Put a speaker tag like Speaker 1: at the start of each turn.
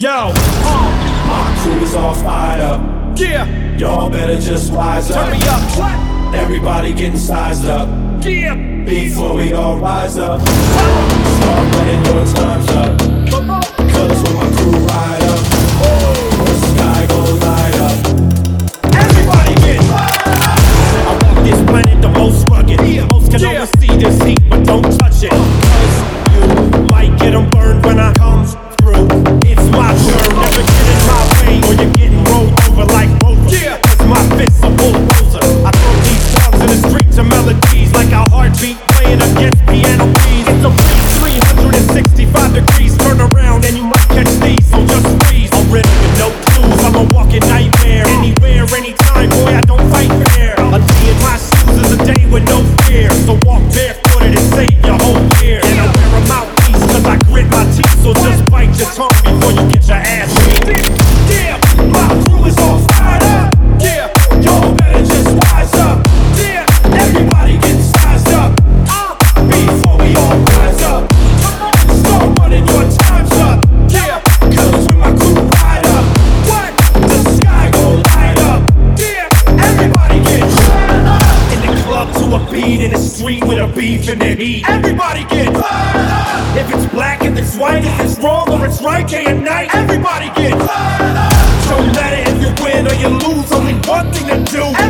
Speaker 1: Yo,
Speaker 2: Uh, My crew is all fired up.
Speaker 1: yeah,
Speaker 2: Y'all better just wise
Speaker 1: turn me
Speaker 2: up.
Speaker 1: up. What?
Speaker 2: Everybody getting sized up.
Speaker 1: Yeah,
Speaker 2: Before we all rise up, start playing your time's up. Cause when my crew ride up, the sky gon' light up. Everybody get I walk this planet the most rugged. Most can
Speaker 1: Yeah. Uh.
Speaker 2: only see this heat, but don't touch it. Cause you might get 'em burned when I come through. It's my turn, never get in my way, or you're getting rolled over like Rover.
Speaker 1: Yeah.
Speaker 2: Cause my fists are bulldozer. I throw these songs in the street to melodies like a heartbeat playing against piano keys. It's a breeze, 365 degrees. Turn around and you might catch these, so just freeze. A rhythm with no clues, I'm a walking nightmare. Anywhere, anytime, boy, I don't fight fair. A day in my shoes is a day with no fear. So walk barefooted and save your whole year. And I wear a mouthpiece cause I grit my teeth, so just bite your tongue before you get your ass beat. Yeah, my crew is all fired up.
Speaker 1: yeah,
Speaker 2: Y'all better just wise up.
Speaker 1: yeah.
Speaker 2: Everybody get sized up. Before we all rise up. Start running your times up.
Speaker 1: Yeah.
Speaker 2: Cause when my crew ride up,
Speaker 1: What?
Speaker 2: the sky gon' light up.
Speaker 1: Yeah,
Speaker 2: Everybody get fired up. In the club to a beat, in the street with a beef in the heat. Everybody get fired up. If it's black, if it's white, if it's wrong or it's right, day and night. Everybody get fired up. Don't matter if you win or you lose, only one thing to do. Uh, Uh,